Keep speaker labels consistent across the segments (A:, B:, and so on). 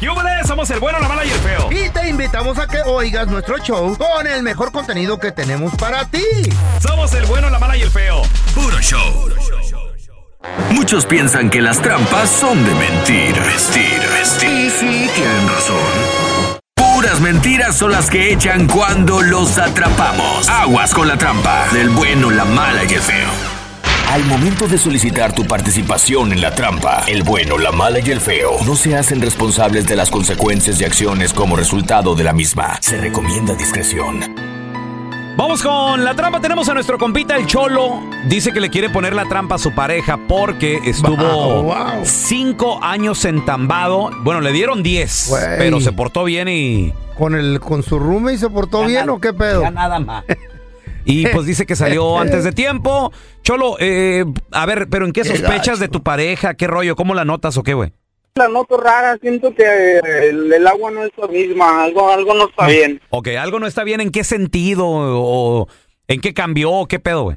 A: ¡Yúbales! Somos el bueno, la mala y el feo.
B: Y te invitamos a que oigas nuestro show con el mejor contenido que tenemos para ti.
A: Somos el bueno, la mala y el feo.
C: Puro show. Muchos piensan que las trampas son de mentir. Vestir, vestir. Y sí, tienen razón. Puras mentiras son las que echan cuando los atrapamos. Aguas con la trampa. Del bueno, la mala y el feo. Al momento de solicitar tu participación en la trampa, el bueno, la mala y el feo no se hacen responsables de las consecuencias y acciones como resultado de la misma. Se recomienda discreción.
A: Vamos con la trampa. Tenemos a nuestro compita el Cholo. Dice que le quiere poner la trampa a su pareja porque estuvo cinco años entambado. Bueno, le dieron diez,
B: Güey.
A: pero se portó bien y.
B: ¿Con, el, con su roommate se portó bien o qué pedo?
A: nada más. Y pues dice que salió antes de tiempo. Cholo, eh, a ver, pero ¿en qué sospechas de tu pareja? ¿Qué rollo? ¿Cómo la notas o qué, güey?
D: La noto rara, siento que eh, el, el agua no es la misma, algo, algo no está bien.
A: Ok, algo no está bien. ¿En qué sentido? ¿O en qué cambió? ¿O qué pedo, güey?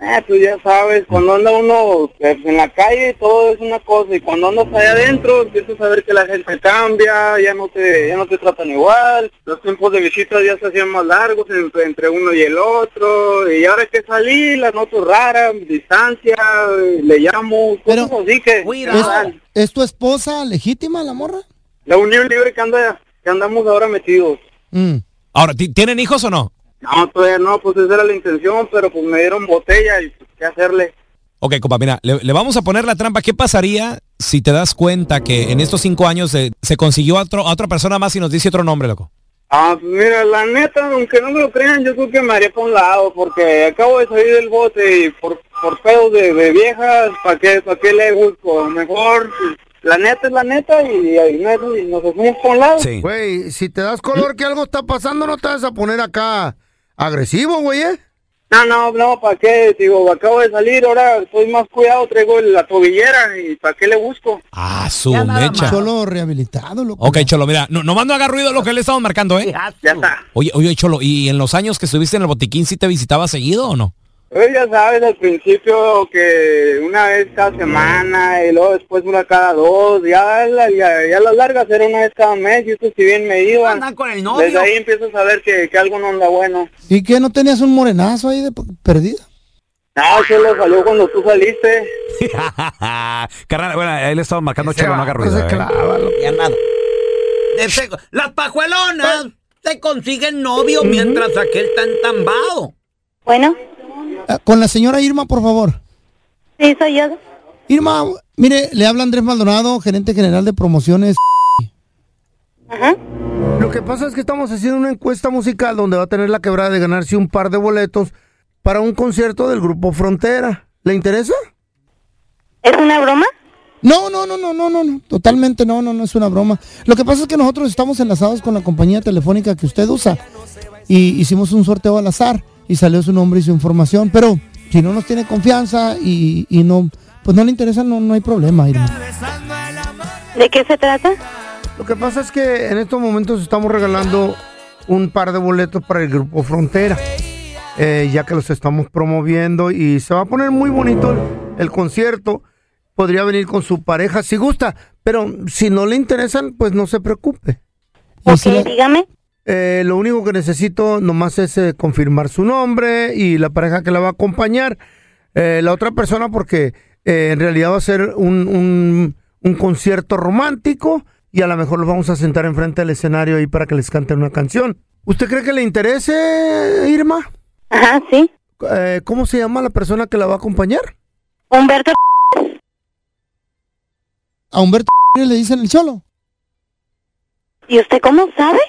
D: Eh, tú ya sabes, cuando anda uno pues, en la calle todo es una cosa y cuando andas allá adentro empiezas a ver que la gente cambia, ya no te, ya no te tratan igual, los tiempos de visita ya se hacían más largos entre, entre uno y el otro y ahora que salí la noto rara, distancia, eh, le llamo, cosas así que...
E: ¿Es, es tu esposa legítima la morra?
D: La unión libre que, anda, que andamos ahora metidos.
E: Mm.
F: Ahora, ¿ti- ¿tienen hijos o no?
D: No, todavía no, pues esa era la intención, pero pues me dieron botella y pues, qué hacerle.
F: Ok, compa, mira, le, le vamos a poner la trampa. ¿Qué pasaría si te das cuenta que en estos cinco años se, se consiguió a, otro- a otra persona más y nos dice otro nombre, loco?
D: Ah, pues, mira, la neta, aunque no me lo crean, yo creo que me haría para un lado, porque acabo de salir del bote y por, por pedos de, de viejas, ¿para qué, pa' qué le busco? Mejor, pues, la neta es la neta y, y no- y nos hacemos para un lado.
B: Güey, si te das color que algo está pasando, no te vas a poner acá agresivo, güey, ¿eh?
D: No, no, no, ¿para qué? Digo, acabo de salir, ahora estoy más cuidado, traigo la tobillera y ¿para qué le busco?
F: Ah, su mecha.
E: Solo rehabilitado, loco.
F: Ok, Cholo, mira, no, nomás no haga ruido lo que le estamos marcando, ¿eh?
D: Ya está.
F: Oye, oye, Cholo, ¿y en los años que estuviste en el botiquín sí te visitaba seguido o no?
D: Pues ya sabes al principio que una vez cada semana y luego después una cada dos, ya, la- ya, ya las largas era una vez cada mes y esto si bien me iba.
A: Andan con el novio.
D: Desde ahí empiezas a ver que, que algo no anda bueno.
E: ¿Y qué? ¿No tenías un morenazo ahí de p- perdida?
D: No, Ah, solo salió cuando tú saliste.
A: Carnal, bueno, ahí le estaba marcando Cholo, no haga
B: Pues
A: ruido.
B: se
A: eh.
B: clava, loco.
G: Ya nada. De seco. Las pajuelonas se consiguen novio mientras aquel está entambado.
H: Bueno,
E: Ah, Con la señora Irma, por favor.
H: sí, soy yo.
E: Irma, mire, le habla Andrés Maldonado, gerente general de promociones.
H: Ajá.
B: Lo que pasa es que estamos haciendo una encuesta musical donde va a tener la quebrada de ganarse un par de boletos para un concierto del grupo Frontera. ¿Le interesa?
H: ¿Es una broma?
E: No, no, no, no, no, no, no, totalmente no, no, no es una broma. Lo que pasa es que nosotros estamos enlazados con la compañía telefónica que usted usa y hicimos un sorteo al azar y salió su nombre y su información, pero si no nos tiene confianza y, y no, pues no le interesa, no, no hay problema, Irma.
H: ¿De qué se trata?
B: Lo que pasa es que en estos momentos estamos regalando un par de boletos para el grupo Frontera, eh, ya que los estamos promoviendo y se va a poner muy bonito el, el concierto. Podría venir con su pareja si gusta, pero si no le interesan, pues no se preocupe.
E: Y
A: Pues
E: si
H: Ok,
E: le-
H: dígame.
B: Eh, lo único que necesito nomás es eh, confirmar su nombre y la pareja que la va a acompañar. Eh, la otra persona porque eh, en realidad va a ser un, un- un concierto romántico y a lo mejor los vamos a sentar enfrente del escenario ahí para que les canten una canción. ¿Usted cree que le interese, Irma?
H: Ajá, sí.
B: Eh, ¿Cómo se llama la persona que la va a acompañar?
H: Humberto,
E: a Humberto le dicen el cholo.
H: ¿y usted cómo sabe?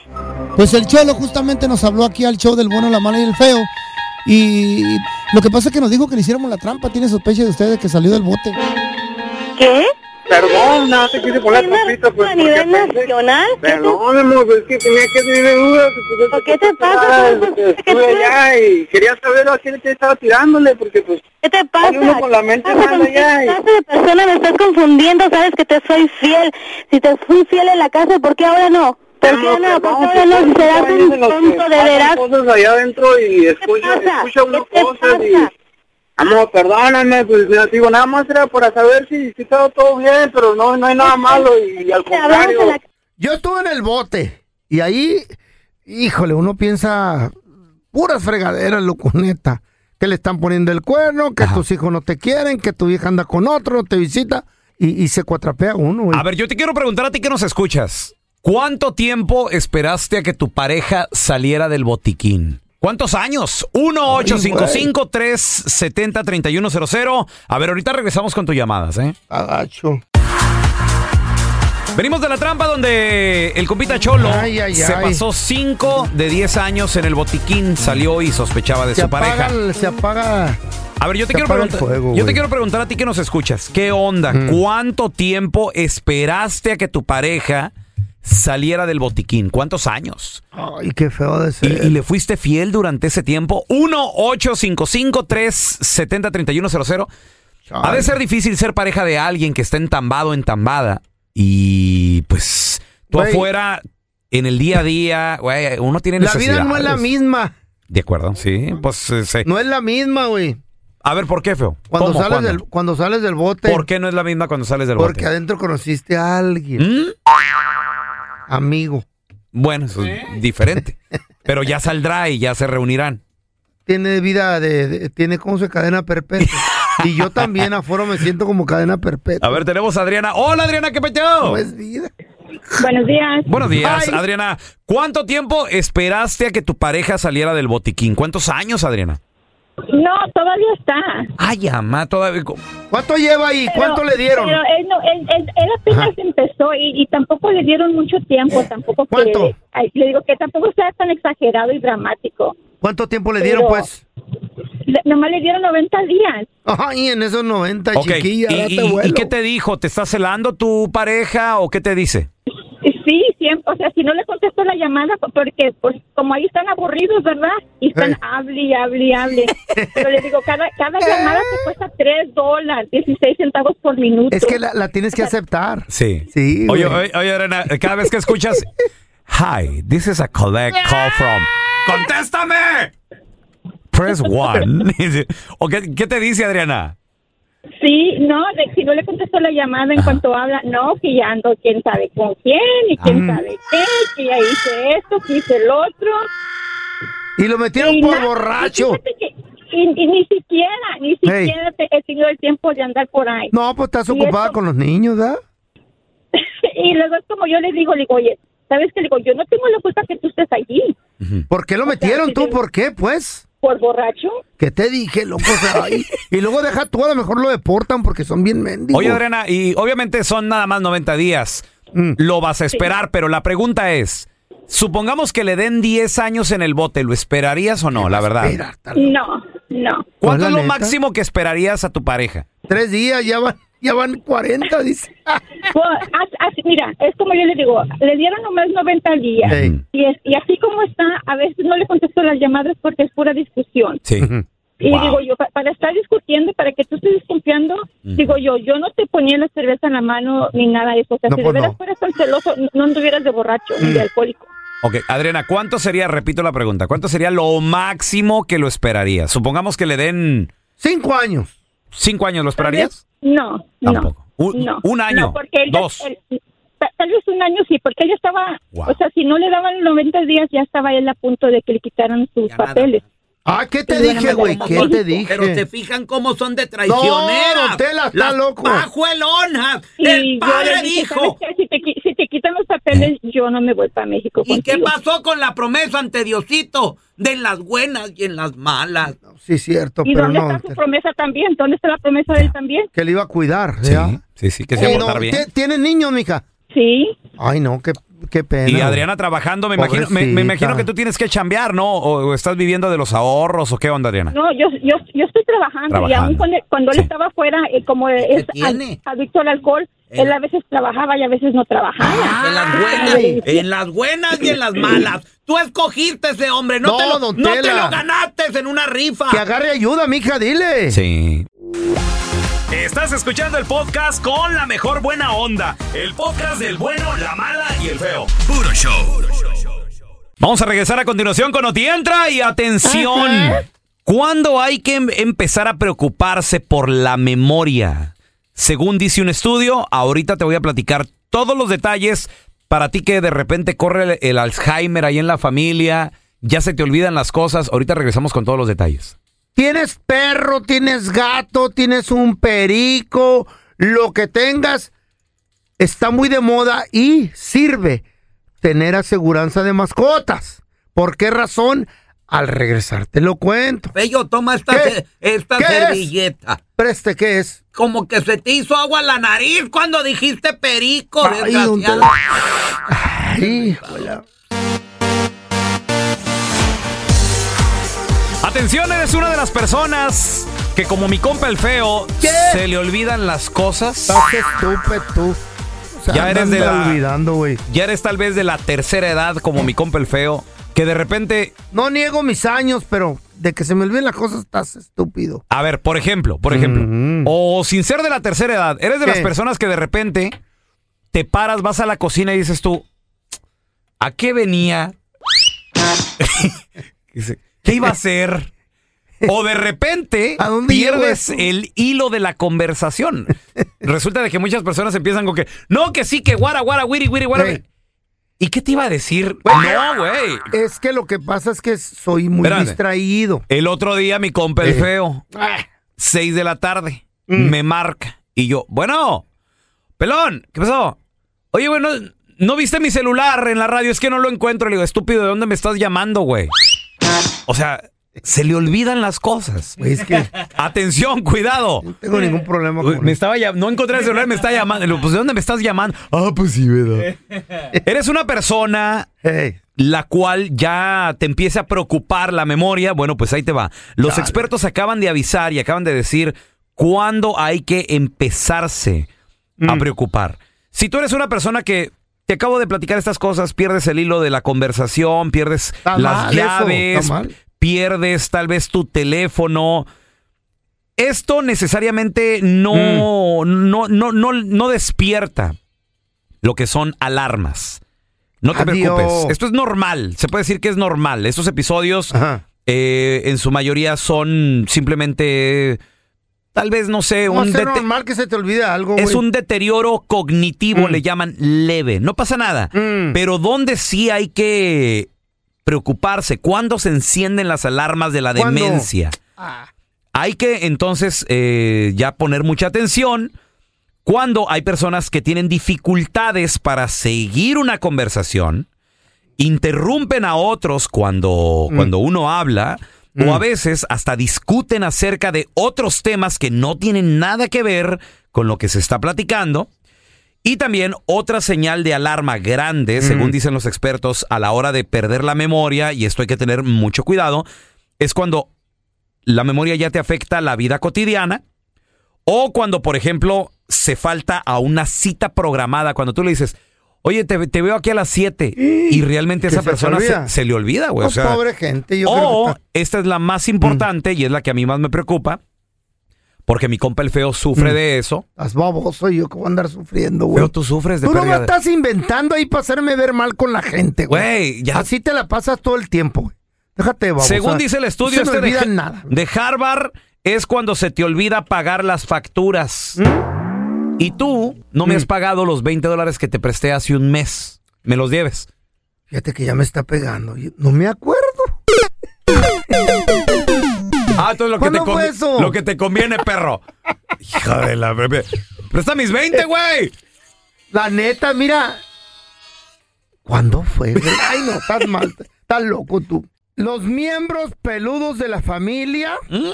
E: Pues el Cholo justamente nos habló aquí al show del bueno, la mala y el feo. Y lo que pasa es que nos dijo que le hiciéramos la trampa. Tiene sospecha de usted de que salió del bote.
H: ¿Qué?
D: Perdón, no te quise poner la
H: ¿Tiene
D: trampita, pues.
H: a
D: porque
H: nivel
D: pensé-
H: nacional? ¿Qué te-
D: Perdón, amor, pues, es que tenía que tener dudas. pues,
H: ¿Por qué te pasa?
D: ah,
H: ¿Por qué te
D: Estuve
H: pasa?
D: allá y quería saber a quién te estaba tirándole, porque pues
H: ¿Qué te pasa?
D: Hay uno con la mente
H: ¿Qué pasa
D: mal
H: con-
D: allá
H: qué
D: y-
H: clase de persona me estás confundiendo? Sabes que te soy fiel. Si te fui fiel en la casa, ¿por qué ahora no? ¿Por qué no?
D: pues,
H: ¿Por qué ahora no? Si serás un tonto de veras.
D: cosas allá adentro y escucha,
H: pasa?
D: escucha unas
H: ¿Qué te
D: cosas y...
H: pasa?
D: Amor, perdóname, pues no, digo, nada más era para saber si, si estaba todo bien, pero no, no hay nada malo y, al
H: Te hablamos en
D: contrario.
H: la-
B: Yo estuve en el bote y ahí, híjole, uno piensa puras fregaderas, loco, neta. Que le están poniendo el cuerno, que tus hijos no te quieren, que tu hija anda con otro, te visita y, y se cuatrapea uno, güey.
A: A ver, yo te quiero preguntar a ti que nos escuchas. ¿Cuánto tiempo esperaste a que tu pareja saliera del botiquín? ¿Cuántos años? 1-855-370-3100. A ver, ahorita regresamos con tus llamadas, ¿eh?
B: Agacho.
A: Venimos de la trampa donde el compita Cholo
B: Ay, ay,
A: se
B: ay.
A: pasó 5 de 10 años en el botiquín, salió y sospechaba de
B: Se
A: su
B: apaga,
A: pareja.
B: el- se apaga.
A: A ver, yo
B: se
A: te, quiero
B: apaga el
A: preguntar,
B: fuego,
A: yo te
B: güey. Mm.
A: quiero preguntar a ti que nos escuchas. ¿Qué onda? ¿Cuánto tiempo esperaste a que tu pareja saliera del botiquín? ¿Cuántos años?
B: Ay, qué feo de
A: ¿Y,
B: ser.
A: y le fuiste fiel durante ese tiempo? 1-855-370-3100. Ha de ser difícil ser pareja de alguien que está entambado, entambada. Y pues tú
B: Güey.
A: afuera, en el día a día, güey, uno tiene
B: La vida no es la
A: necesidades.
B: misma.
A: De acuerdo, sí. Pues eh, sí.
B: No es la misma, güey.
A: A ver, ¿por qué, feo?
B: Cuando
A: ¿Cómo?
B: sales
A: ¿Cuándo?
B: del cuando sales del bote,
A: ¿Por qué no es la misma cuando sales del
B: porque
A: bote?
B: adentro conociste a alguien,
A: ¿Mm?
B: amigo.
A: Bueno, eso es diferente. Pero ya saldrá y ya se reunirán.
B: Tiene vida de, de- tiene como su cadena perpetua. y yo también afuera me siento como cadena perpetua.
A: A ver, tenemos a Adriana. Hola, Adriana, ¿qué peteo?
B: No es vida.
H: Buenos días.
A: Buenos días,
B: Ay.
A: Adriana. ¿Cuánto tiempo esperaste a que tu pareja saliera del botiquín? ¿Cuántos años, Adriana?
H: No, todavía está.
A: Ay, mamá, todavía. co-
B: ¿Cuánto lleva ahí? ¿Cuánto
H: Pero-
B: le dieron?
H: Pero él, no, él, él- él apenas empezó y, y tampoco le dieron mucho tiempo, tampoco que-
B: Eh, ¿Cuánto?
H: ay, le digo que tampoco sea tan exagerado y dramático.
B: ¿Cuánto tiempo le dieron
H: pero-
B: pues?
H: Le- nomás le dieron 90 días.
B: Ay, en esos 90,
A: Ok,
B: chiquilla,
A: ¿Y,
B: date
A: y- y
B: vuelo.
A: qué te dijo? ¿Te está celando tu pareja o qué te dice?
H: Y Sí, siempre, o sea, si no le contesto la llamada, po- porque pues como ahí están aburridos, ¿verdad? Y están
B: Eh.
H: hable y hable y hable. Pero le digo, cada, cada llamada te cuesta 3 dólares, 16 centavos por minuto.
B: Es que la, la tienes que aceptar.
A: Sí.
B: Sí,
A: Oye,
B: güey.
A: oye, oye, Adriana, cada vez que escuchas. Hi, this is a collect call from. ¡Contéstame! Press one. ¿O qué, qué te dice, Adriana?
H: Sí, no, de, si no le contesto la llamada en cuanto habla, no, que ya ando quién sabe con quién y quién sabe qué, que ya hice esto, que hice el otro.
B: Y lo metieron
H: y
B: por
H: nada,
B: borracho.
H: Y, fíjate que- y- y ni siquiera, ni siquiera te- he tenido el tiempo de andar por ahí.
B: No, pues estás
H: Y
B: ocupada
H: eso-
B: con los niños, ¿verdad?
H: Y luego es como yo le digo, le digo, oye, ¿sabes qué? Le digo, yo no tengo la culpa que tú estés allí,
A: Mm.
B: ¿Por qué lo metieron
H: si
B: tú?
H: te-
B: ¿Por qué, pues?
H: por borracho.
B: ¿Qué te dije, loco? O sea, ay, y luego deja tú, a lo mejor lo deportan porque son bien mendigos.
A: Oye, Adriana, y obviamente son nada más 90 días.
B: Mm.
A: Lo vas a esperar, pero la pregunta es: supongamos que le den 10 años en el bote, ¿lo esperarías o no? La verdad.
B: Espera, tal-
H: No, no.
A: ¿Cuánto
B: Pues,
A: es
B: la
A: lo
B: neta.
A: máximo que esperarías a tu pareja?
B: Tres días, ya van, ya van 40, dice.
H: Pues, as- as- mira, es como yo le digo, le dieron nomás 90 días.
B: Ey.
H: Y, es- y así como está, a veces no le contesto las llamadas porque es pura discusión.
A: Sí.
H: Y
A: Wow.
H: digo yo, pa- para estar discutiendo, para que tú estés desconfiando, digo yo, yo no te ponía la cerveza en la mano ni nada de eso. O sea,
B: No,
H: si
B: pues,
H: de veras
B: no.
H: fueras tan celoso, no- no anduvieras de borracho ni
A: Mm.
H: de alcohólico.
A: Ok, Adriana, ¿cuánto sería, repito la pregunta, cuánto sería lo máximo que lo esperarías? Supongamos que le den
B: Cinco años.
A: 5 años, ¿lo esperarías?
H: No,
A: Tampoco.
H: no.
A: Un-
H: no,
A: un año,
H: no, porque él ya-
A: dos.
H: él- ta- tal vez un año sí, porque él ya estaba,
A: Wow.
H: o sea, si no le daban 90 días, ya estaba él a punto de que le quitaran sus
G: Llamada.
H: papeles.
B: Ah, ¿qué te
H: Y bueno,
B: dije, güey?
H: como
B: ¿Qué
H: son-
B: te dije?
G: Pero se fijan cómo son de
B: No,
G: traicioneras.
B: don Tela, está loco.
G: pajuelonas.
H: Y
G: El
H: yo le
G: padre
H: dije,
G: dijo.
H: "¿Sabes qué? Si, te, qui- si te quitan los papeles, yo no me voy para México
G: ¿Y qué
H: contigo".
G: pasó con la promesa ante Diosito? De en las buenas y en las malas.
B: Sí, cierto,
H: ¿Y
B: pero
H: dónde
B: no.
H: está su promesa también? ¿Dónde está la promesa de él también?
B: Que le iba a cuidar,
A: Sí,
B: ¿ya?
A: sí, sí, que se va
B: Eh,
A: a
B: no,
A: portar bien.
B: ¿tie- ¿Tienes niños, mija?
H: Sí.
B: Ay, no, qué, qué pena.
A: Y
B: güey.
A: Adriana trabajando, me imagino, me, me imagino
B: Pobrecita.
A: que tú tienes que chambear, ¿no? O, o estás viviendo de los ahorros, ¿o qué onda, Adriana?
H: No, yo, yo, yo estoy trabajando, y
A: Trabajando.
H: aún cuando, cuando
A: Sí.
H: él estaba afuera, eh, como es
G: tiene?
H: ad- adicto al alcohol, él a veces trabajaba y a veces no trabajaba.
G: En las buenas, en las buenas y en las malas. Tú escogiste ese hombre, no,
B: No,
G: te, lo,
B: don
G: no te
B: Tela.
G: lo ganaste en una rifa.
B: Que agarre ayuda, mija, dile.
A: Sí. Estás escuchando el podcast con la mejor buena onda. El podcast del bueno, la mala y el feo.
C: Puro show.
A: Vamos a regresar a continuación con Oti Entra y atención. ¿Cuándo hay que em- empezar a preocuparse por la memoria? Según dice un estudio, ahorita te voy a platicar todos los detalles para ti que de repente corre el, el Alzheimer ahí en la familia, ya se te olvidan las cosas. Ahorita regresamos con todos los detalles.
B: Tienes perro, tienes gato, tienes un perico, lo que tengas está muy de moda y sirve tener aseguranza de mascotas. ¿Por qué razón? Al regresar te lo cuento.
G: Fello, toma esta,
B: ¿Qué?
G: se- esta
B: ¿Qué es?
G: servilleta.
B: Preste, ¿qué este es?
G: Como que se te hizo agua la nariz cuando dijiste perico,
B: Ay, don
G: desgraciado.
B: Tela. Ay, hola.
A: Atención, eres una de las personas que como mi compa el feo,
B: ¿Qué?
A: se le olvidan las cosas.
B: Estás estúpido tú. O sea,
A: Ya eres de
B: andas
A: la-
B: olvidando, güey.
A: Ya eres tal vez de la tercera edad como mi compa el feo, que de repente
B: No niego mis años, pero de que se me olviden las cosas estás estúpido.
A: A ver, por ejemplo, por ejemplo,
B: Ujú.
A: o sin ser de la tercera edad, eres de
B: ¿Qué?
A: las personas que de repente te paras, vas a la cocina y dices tú, ¿a qué venía? Dice, ¿Qué iba a hacer? O de repente
B: ¿A dónde llegó
A: pierdes
B: esto?
A: el hilo de la conversación. Resulta de que muchas personas empiezan con que, no, que sí, que guara, guara, wiri, wiri, guara.
B: Ey.
A: ¿Y qué te iba a decir? no, güey.
B: Es que lo que pasa es que soy muy
A: Espérate.
B: distraído.
A: El otro día mi compa el
B: Eh.
A: feo. 6 de la tarde. Me marca. Y yo, bueno, pelón, ¿qué pasó? Oye, güey, ¿no, no viste mi celular en la radio? Es que no lo encuentro. Le digo, estúpido, ¿de dónde me estás llamando, güey? O sea, se le olvidan las cosas.
B: Güey, es que
A: Atención, cuidado.
B: no tengo ningún problema
A: Uy,
B: con
A: Me
B: eso.
A: estaba llam- no encontré el celular, me está llamando. Le digo, Pues, ¿de dónde me estás llamando? Ah, pues sí, ¿verdad? Eres una persona
B: Ey,
A: la cual ya te empieza a preocupar la memoria, bueno, pues ahí te va. Los expertos acaban de avisar y acaban de decir cuándo hay que empezarse a
B: Mm.
A: preocupar. Si tú eres una persona que te acabo de platicar estas cosas, pierdes el hilo de la conversación, pierdes
B: Está
A: las
B: mal eso, está
A: llaves,
B: mal.
A: pierdes tal vez tu teléfono. Esto necesariamente no,
B: Mm.
A: no, no, no, no despierta lo que son alarmas. No te
B: Adiós.
A: preocupes. Esto es normal. Se puede decir que es normal. Estos episodios
B: Ajá.
A: eh, en su mayoría son simplemente, eh, tal vez, no sé,
B: No
A: un
B: es
A: dete-
B: normal que se te olvide algo, güey.
A: es un deterioro cognitivo,
B: Mm.
A: le llaman leve. No pasa nada.
B: Mm.
A: Pero donde sí hay que preocuparse? ¿Cuándo se encienden las alarmas de la
B: ¿Cuándo?
A: demencia?
B: Ah,
A: Hay que entonces eh, ya poner mucha atención cuando hay personas que tienen dificultades para seguir una conversación, interrumpen a otros cuando, cuando uno habla, o a veces hasta discuten acerca de otros temas que no tienen nada que ver con lo que se está platicando. Y también otra señal de alarma grande, según dicen los expertos, a la hora de perder la memoria, y esto hay que tener mucho cuidado, es cuando la memoria ya te afecta la vida cotidiana o cuando, por ejemplo, se falta a una cita programada, cuando tú le dices, oye, te, te veo aquí a las 7 y
B: que
A: realmente esa
B: se te
A: persona
B: olvida.
A: se, se le olvida, güey. Pues, o
B: no,
A: sea,
B: pues, pobre gente, yo creo que
A: o
B: está- Mm.
A: esta es la más importante y es la que a mí más me preocupa, porque mi compa el feo sufre
B: Mm.
A: de eso.
B: estás baboso y yo que voy a andar sufriendo, güey.
A: Pero tú sufres de
B: Tú no me
A: pérdida de-
B: estás inventando ahí para hacerme ver mal con la gente, güey.
A: Güey, ya
B: Así te la pasas todo el tiempo, güey. Déjate, baboso.
A: Según dice el estudio
B: no se me
A: este de,
B: olvida
A: Ha-
B: nada.
A: de Harvard, es cuando se te olvida pagar las facturas.
B: ¿Mm?
A: Y tú no me has pagado los 20 dólares que te presté hace un mes. Me los debes.
B: Fíjate que ya me está pegando. Yo No me acuerdo.
A: Ah, entonces lo que, te
B: ¿Cuándo fue eso?
A: lo que te conviene, perro. Hija de la bebé. Presta mis
B: Eh,
A: 20, güey.
B: La neta, mira. ¿Cuándo fue? güey? Ay, no, estás mal. Estás loco tú. Los miembros peludos de la familia
A: ¿Mm?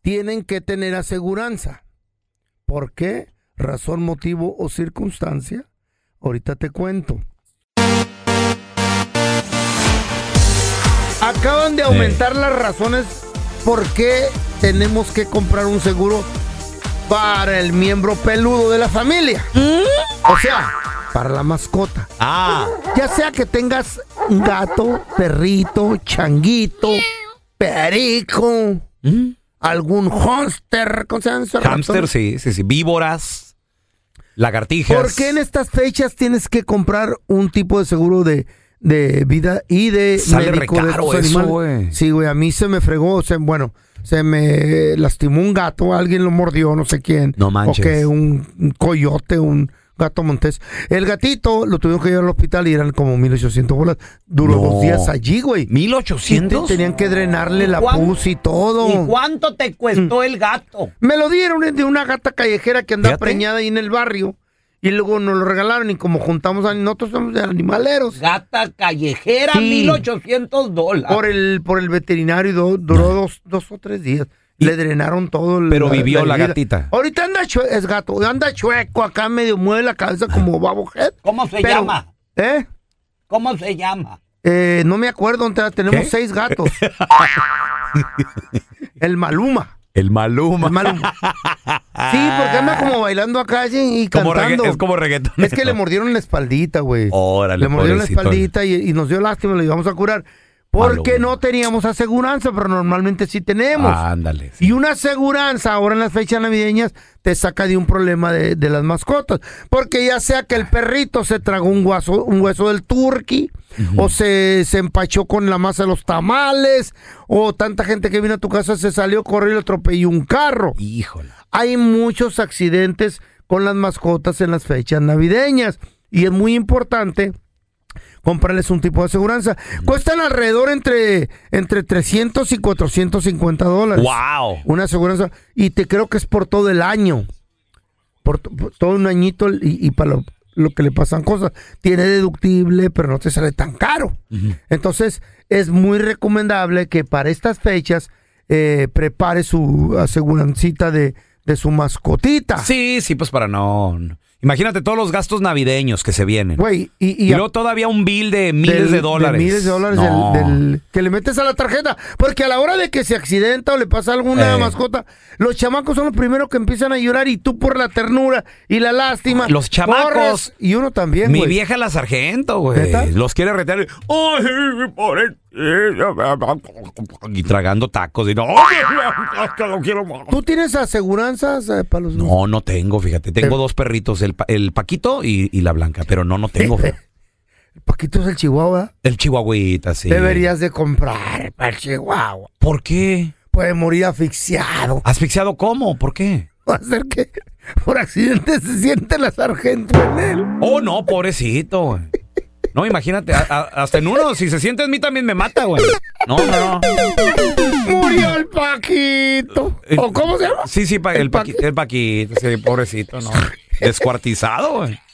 B: tienen que tener aseguranza. ¿Por qué? Razón, motivo o circunstancia. Ahorita te cuento. Acaban de aumentar las razones por qué tenemos que comprar un seguro para el miembro peludo de la familia. O sea, para la mascota.
A: Ah,
B: Ya sea que tengas gato, perrito, changuito, perico,
A: ¿Mm?
B: algún hamster, ¿cómo se llaman esos
A: hamster,
B: ratones?
A: sí, sí, sí. Víboras, lagartijas.
B: ¿Por qué en estas fechas tienes que comprar un tipo de seguro de, de vida y de
A: Sale
B: médico de
A: recaro
B: tus
A: eso,
B: animales?
A: güey.
B: Sí, güey, a mí se me fregó, o sea, bueno, se me lastimó un gato, alguien lo mordió, no sé quién.
A: No manches.
B: O que un, un coyote, un Gato Montés. El gatito lo tuvieron que llevar al hospital y eran como 1800 bolas. Duró
A: No.
B: dos días allí, güey. Y
A: ¿1800?
B: Tenían que drenarle la
G: ¿Cuán-
B: pus y todo.
G: ¿Y cuánto te costó el gato?
B: Me lo dieron es de una gata callejera que andaba
A: Fíjate.
B: preñada ahí en el barrio. Y luego nos lo regalaron y como juntamos, a, nosotros somos de animaleros.
G: Gata callejera,
B: Sí.
G: 1800 dólares.
B: Por el, por el veterinario y do- duró dos, dos o tres días. Le drenaron todo. el-
A: Pero vivió la
B: herida.
A: gatita.
B: Ahorita anda chueco, es gato, anda chueco, acá medio mueve la cabeza
A: Ah.
B: como babo head.
G: ¿Cómo se
B: Pero-
G: llama?
B: ¿Eh?
G: ¿Cómo se llama?
B: Eh, no me acuerdo, Antena, tenemos
A: ¿Qué?
B: seis gatos. el Maluma.
A: El Maluma.
B: El Maluma. Sí, porque anda como bailando acá y, y
A: Como
B: cantando.
A: regga- es como reggaetón.
B: Es que le mordieron la espaldita, güey.
A: Órale,
B: Le mordieron
A: pobrecito.
B: la espaldita y, y nos dio lástima, lo íbamos a curar. Porque
A: Maluma.
B: no teníamos aseguranza, pero normalmente sí tenemos.
A: Ándale. sí.
B: Y una aseguranza ahora en las fechas navideñas te saca de un problema de, de las mascotas. Porque ya sea que el perrito se tragó un, guaso- un hueso del turqui, o se, se empachó con la masa de los tamales, o tanta gente que vino a tu casa se salió, corrió y le atropelló un carro.
A: Híjole.
B: Hay muchos accidentes con las mascotas en las fechas navideñas. Y es muy importante comprarles un tipo de aseguranza. Cuestan alrededor entre, entre 300 y 450 dólares
A: ¡Wow!
B: una aseguranza y te creo que es por todo el año por, to- por todo un añito y, y para lo, lo que le pasan cosas tiene deductible pero no te sale tan caro entonces es muy recomendable que para estas fechas eh, prepare su asegurancita de, de su mascotita
A: Sí, sí, pues para no. no. Imagínate todos los gastos navideños que se vienen.
B: güey y,
A: y,
B: y a-
A: luego todavía un bill de miles
B: del-
A: de dólares.
B: miles de dólares
A: No.
B: del, del- que le metes a la tarjeta. Porque a la hora de que se accidenta o le pasa alguna
A: Eh.
B: mascota, los chamacos son los primeros que empiezan a llorar y tú por la ternura y la lástima.
A: Los chamacos.
B: corres, y uno también,
A: Mi
B: güey.
A: vieja la sargento, güey.
B: ¿Neta?
A: Los quiere retener. Ay, por el- Y tragando tacos. Y no, "Ay, que lo quiero más".
B: ¿Tú tienes aseguranzas eh, para los
A: No, no tengo, fíjate. Tengo dos perritos, el, pa- el Paquito y, y la Blanca, pero no, no tengo. feo.
B: Paquitos del Chihuahua?
A: El Chihuahuita, sí.
B: Deberías de comprar para el Chihuahua.
A: ¿Por qué?
B: Puede morir asfixiado.
A: ¿Asfixiado cómo? ¿Por qué?
B: Va a ser que por accidente se siente la sargento en él.
A: Oh, no, pobrecito, güey. No, imagínate, a- a- hasta en uno, si se siente en mí también me mata, güey. No, no, no.
B: Murió el Paquito.
A: Eh,
B: ¿O cómo se llama?
A: Sí, sí, pa- el, paqui- el Paquito, sí, pobrecito, no. Descuartizado, güey.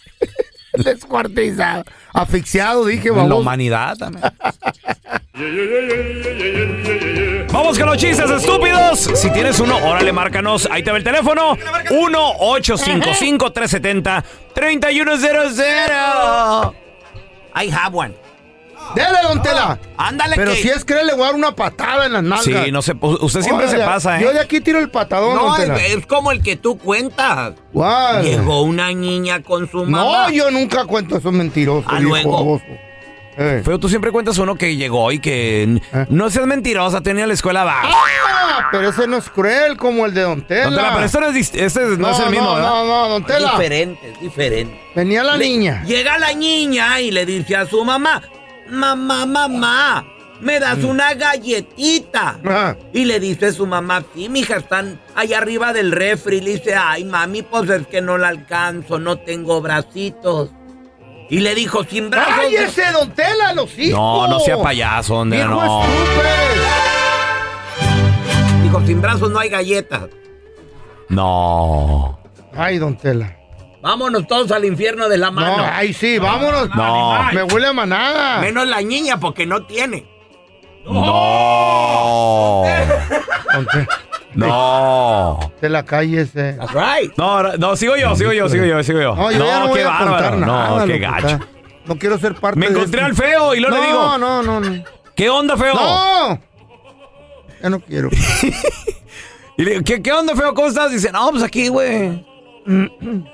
B: Descuartizado. Asfixiado, dije,
A: La
B: vamos.
A: humanidad también. Vamos con los chistes estúpidos. Si tienes uno, órale, márcanos. Ahí te va el teléfono. 1-855-370-3100.
G: I have one.
B: Dele, don Tela.
G: Ah, Ándale
B: Pero
G: que...
B: si es que le voy a dar una patada en las nalgas.
A: Sí, no se, usted siempre se
B: Órale,
A: pasa,
B: Yo
A: ¿eh?
B: de aquí tiro el patadón,
G: No,
B: don
G: es,
B: Tela.
G: es como el que tú cuentas.
B: Guau.
G: Llegó una niña con su
B: No,
G: mamá.
B: yo nunca cuento esos mentirosos,
G: Ah,
B: viejo
G: luego.
B: baboso. Eh.
A: Feo, tú siempre cuentas uno que llegó y que
B: ¿Eh?
A: no seas mentirosa, tenía la escuela baja.
B: Ah, pero ese no es cruel como el de Don Tela.
A: Don Tela, pero este no es, dist- este no, es el mismo,
B: no,
A: ¿verdad?
B: no, no, Don
G: Es
B: Tela.
G: diferente, es diferente.
B: Venía la
G: Le-
B: niña.
G: Llega la niña y le dice a su mamá, mamá, mamá, me das una galletita.
B: Mm. Ajá.
G: Y le dice su mamá, sí, mija, están allá arriba del refri. Le dice, ay, mami, pues es que no la alcanzo, no tengo bracitos. Y le dijo, sin brazos.
B: ¡Cállese, Don Tela, los hijos!
A: No, no sea payaso, Don Tela,
B: Viejo
A: no.
B: estúpido.
G: no- Dijo, sin brazos no hay galletas.
A: No.
B: Ay, Don Tela.
G: Vámonos todos al infierno de la mano.
B: No, ay, sí, vámonos.
A: No.
B: Me huele a manada.
G: Menos la niña, porque no tiene.
A: No.
B: Don Tela,
A: No.
B: Tela, cállese.
G: That's right.
A: No, no, no, sigo yo, sigo yo, sigo yo, sigo yo.
B: No, yo ya no voy
A: qué
B: a contar
A: bárbaro.
B: nada.
A: No, qué
B: loco,
A: gacho.
B: acá. No quiero ser parte
A: Me
B: de
A: encontré
B: esto.
A: al feo y luego le digo,
B: No, no, no, no.
A: ¿qué onda, feo?
B: ¡No! Ya no quiero.
A: Y le digo, ¿qué, qué onda, feo? ¿Cómo estás? Dice, no, pues aquí, güey.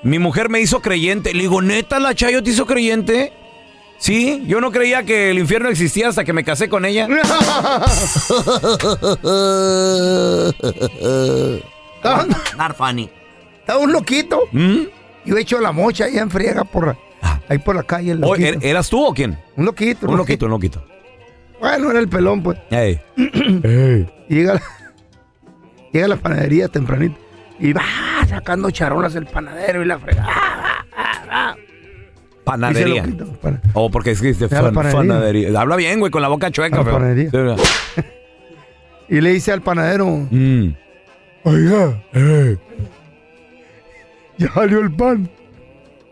A: Mi mujer me hizo creyente. Le digo, ¿neta la Chayo te hizo creyente? Sí, yo no creía que el infierno existía hasta que me casé con ella.
B: Estaba un-
G: Not funny.
B: estaba un loquito.
A: ¿Mm?
B: Yo he hecho la mocha allá en friega por la- ahí por la calle. el
A: Oh,
B: loquito.
A: ¿er- ¿Eras tú o quién?
B: un loquito.
A: Un loquito, un loquito.
B: Bueno, era el pelón, pues.
A: Ey.
B: Y llega, la, llega a la panadería tempranito. Y va sacando charolas el panadero y la fregada.
A: Panadería.
B: Y se lo quitó, pana-
A: O porque escribiste
B: Era
A: fan-
B: panadería.
A: panadería. Habla bien, güey, con la boca chueca,
B: Era
A: feo.
B: panadería.
A: Sí, ¿verdad?
B: Y le dice al panadero,
A: Mm.
B: oiga, eh, ya salió el pan.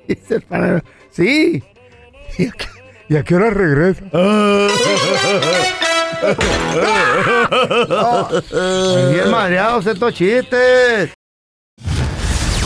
B: Y dice el panadero, sí. ¿Y a qué, y a qué hora regresa? No, bien madreados estos chistes.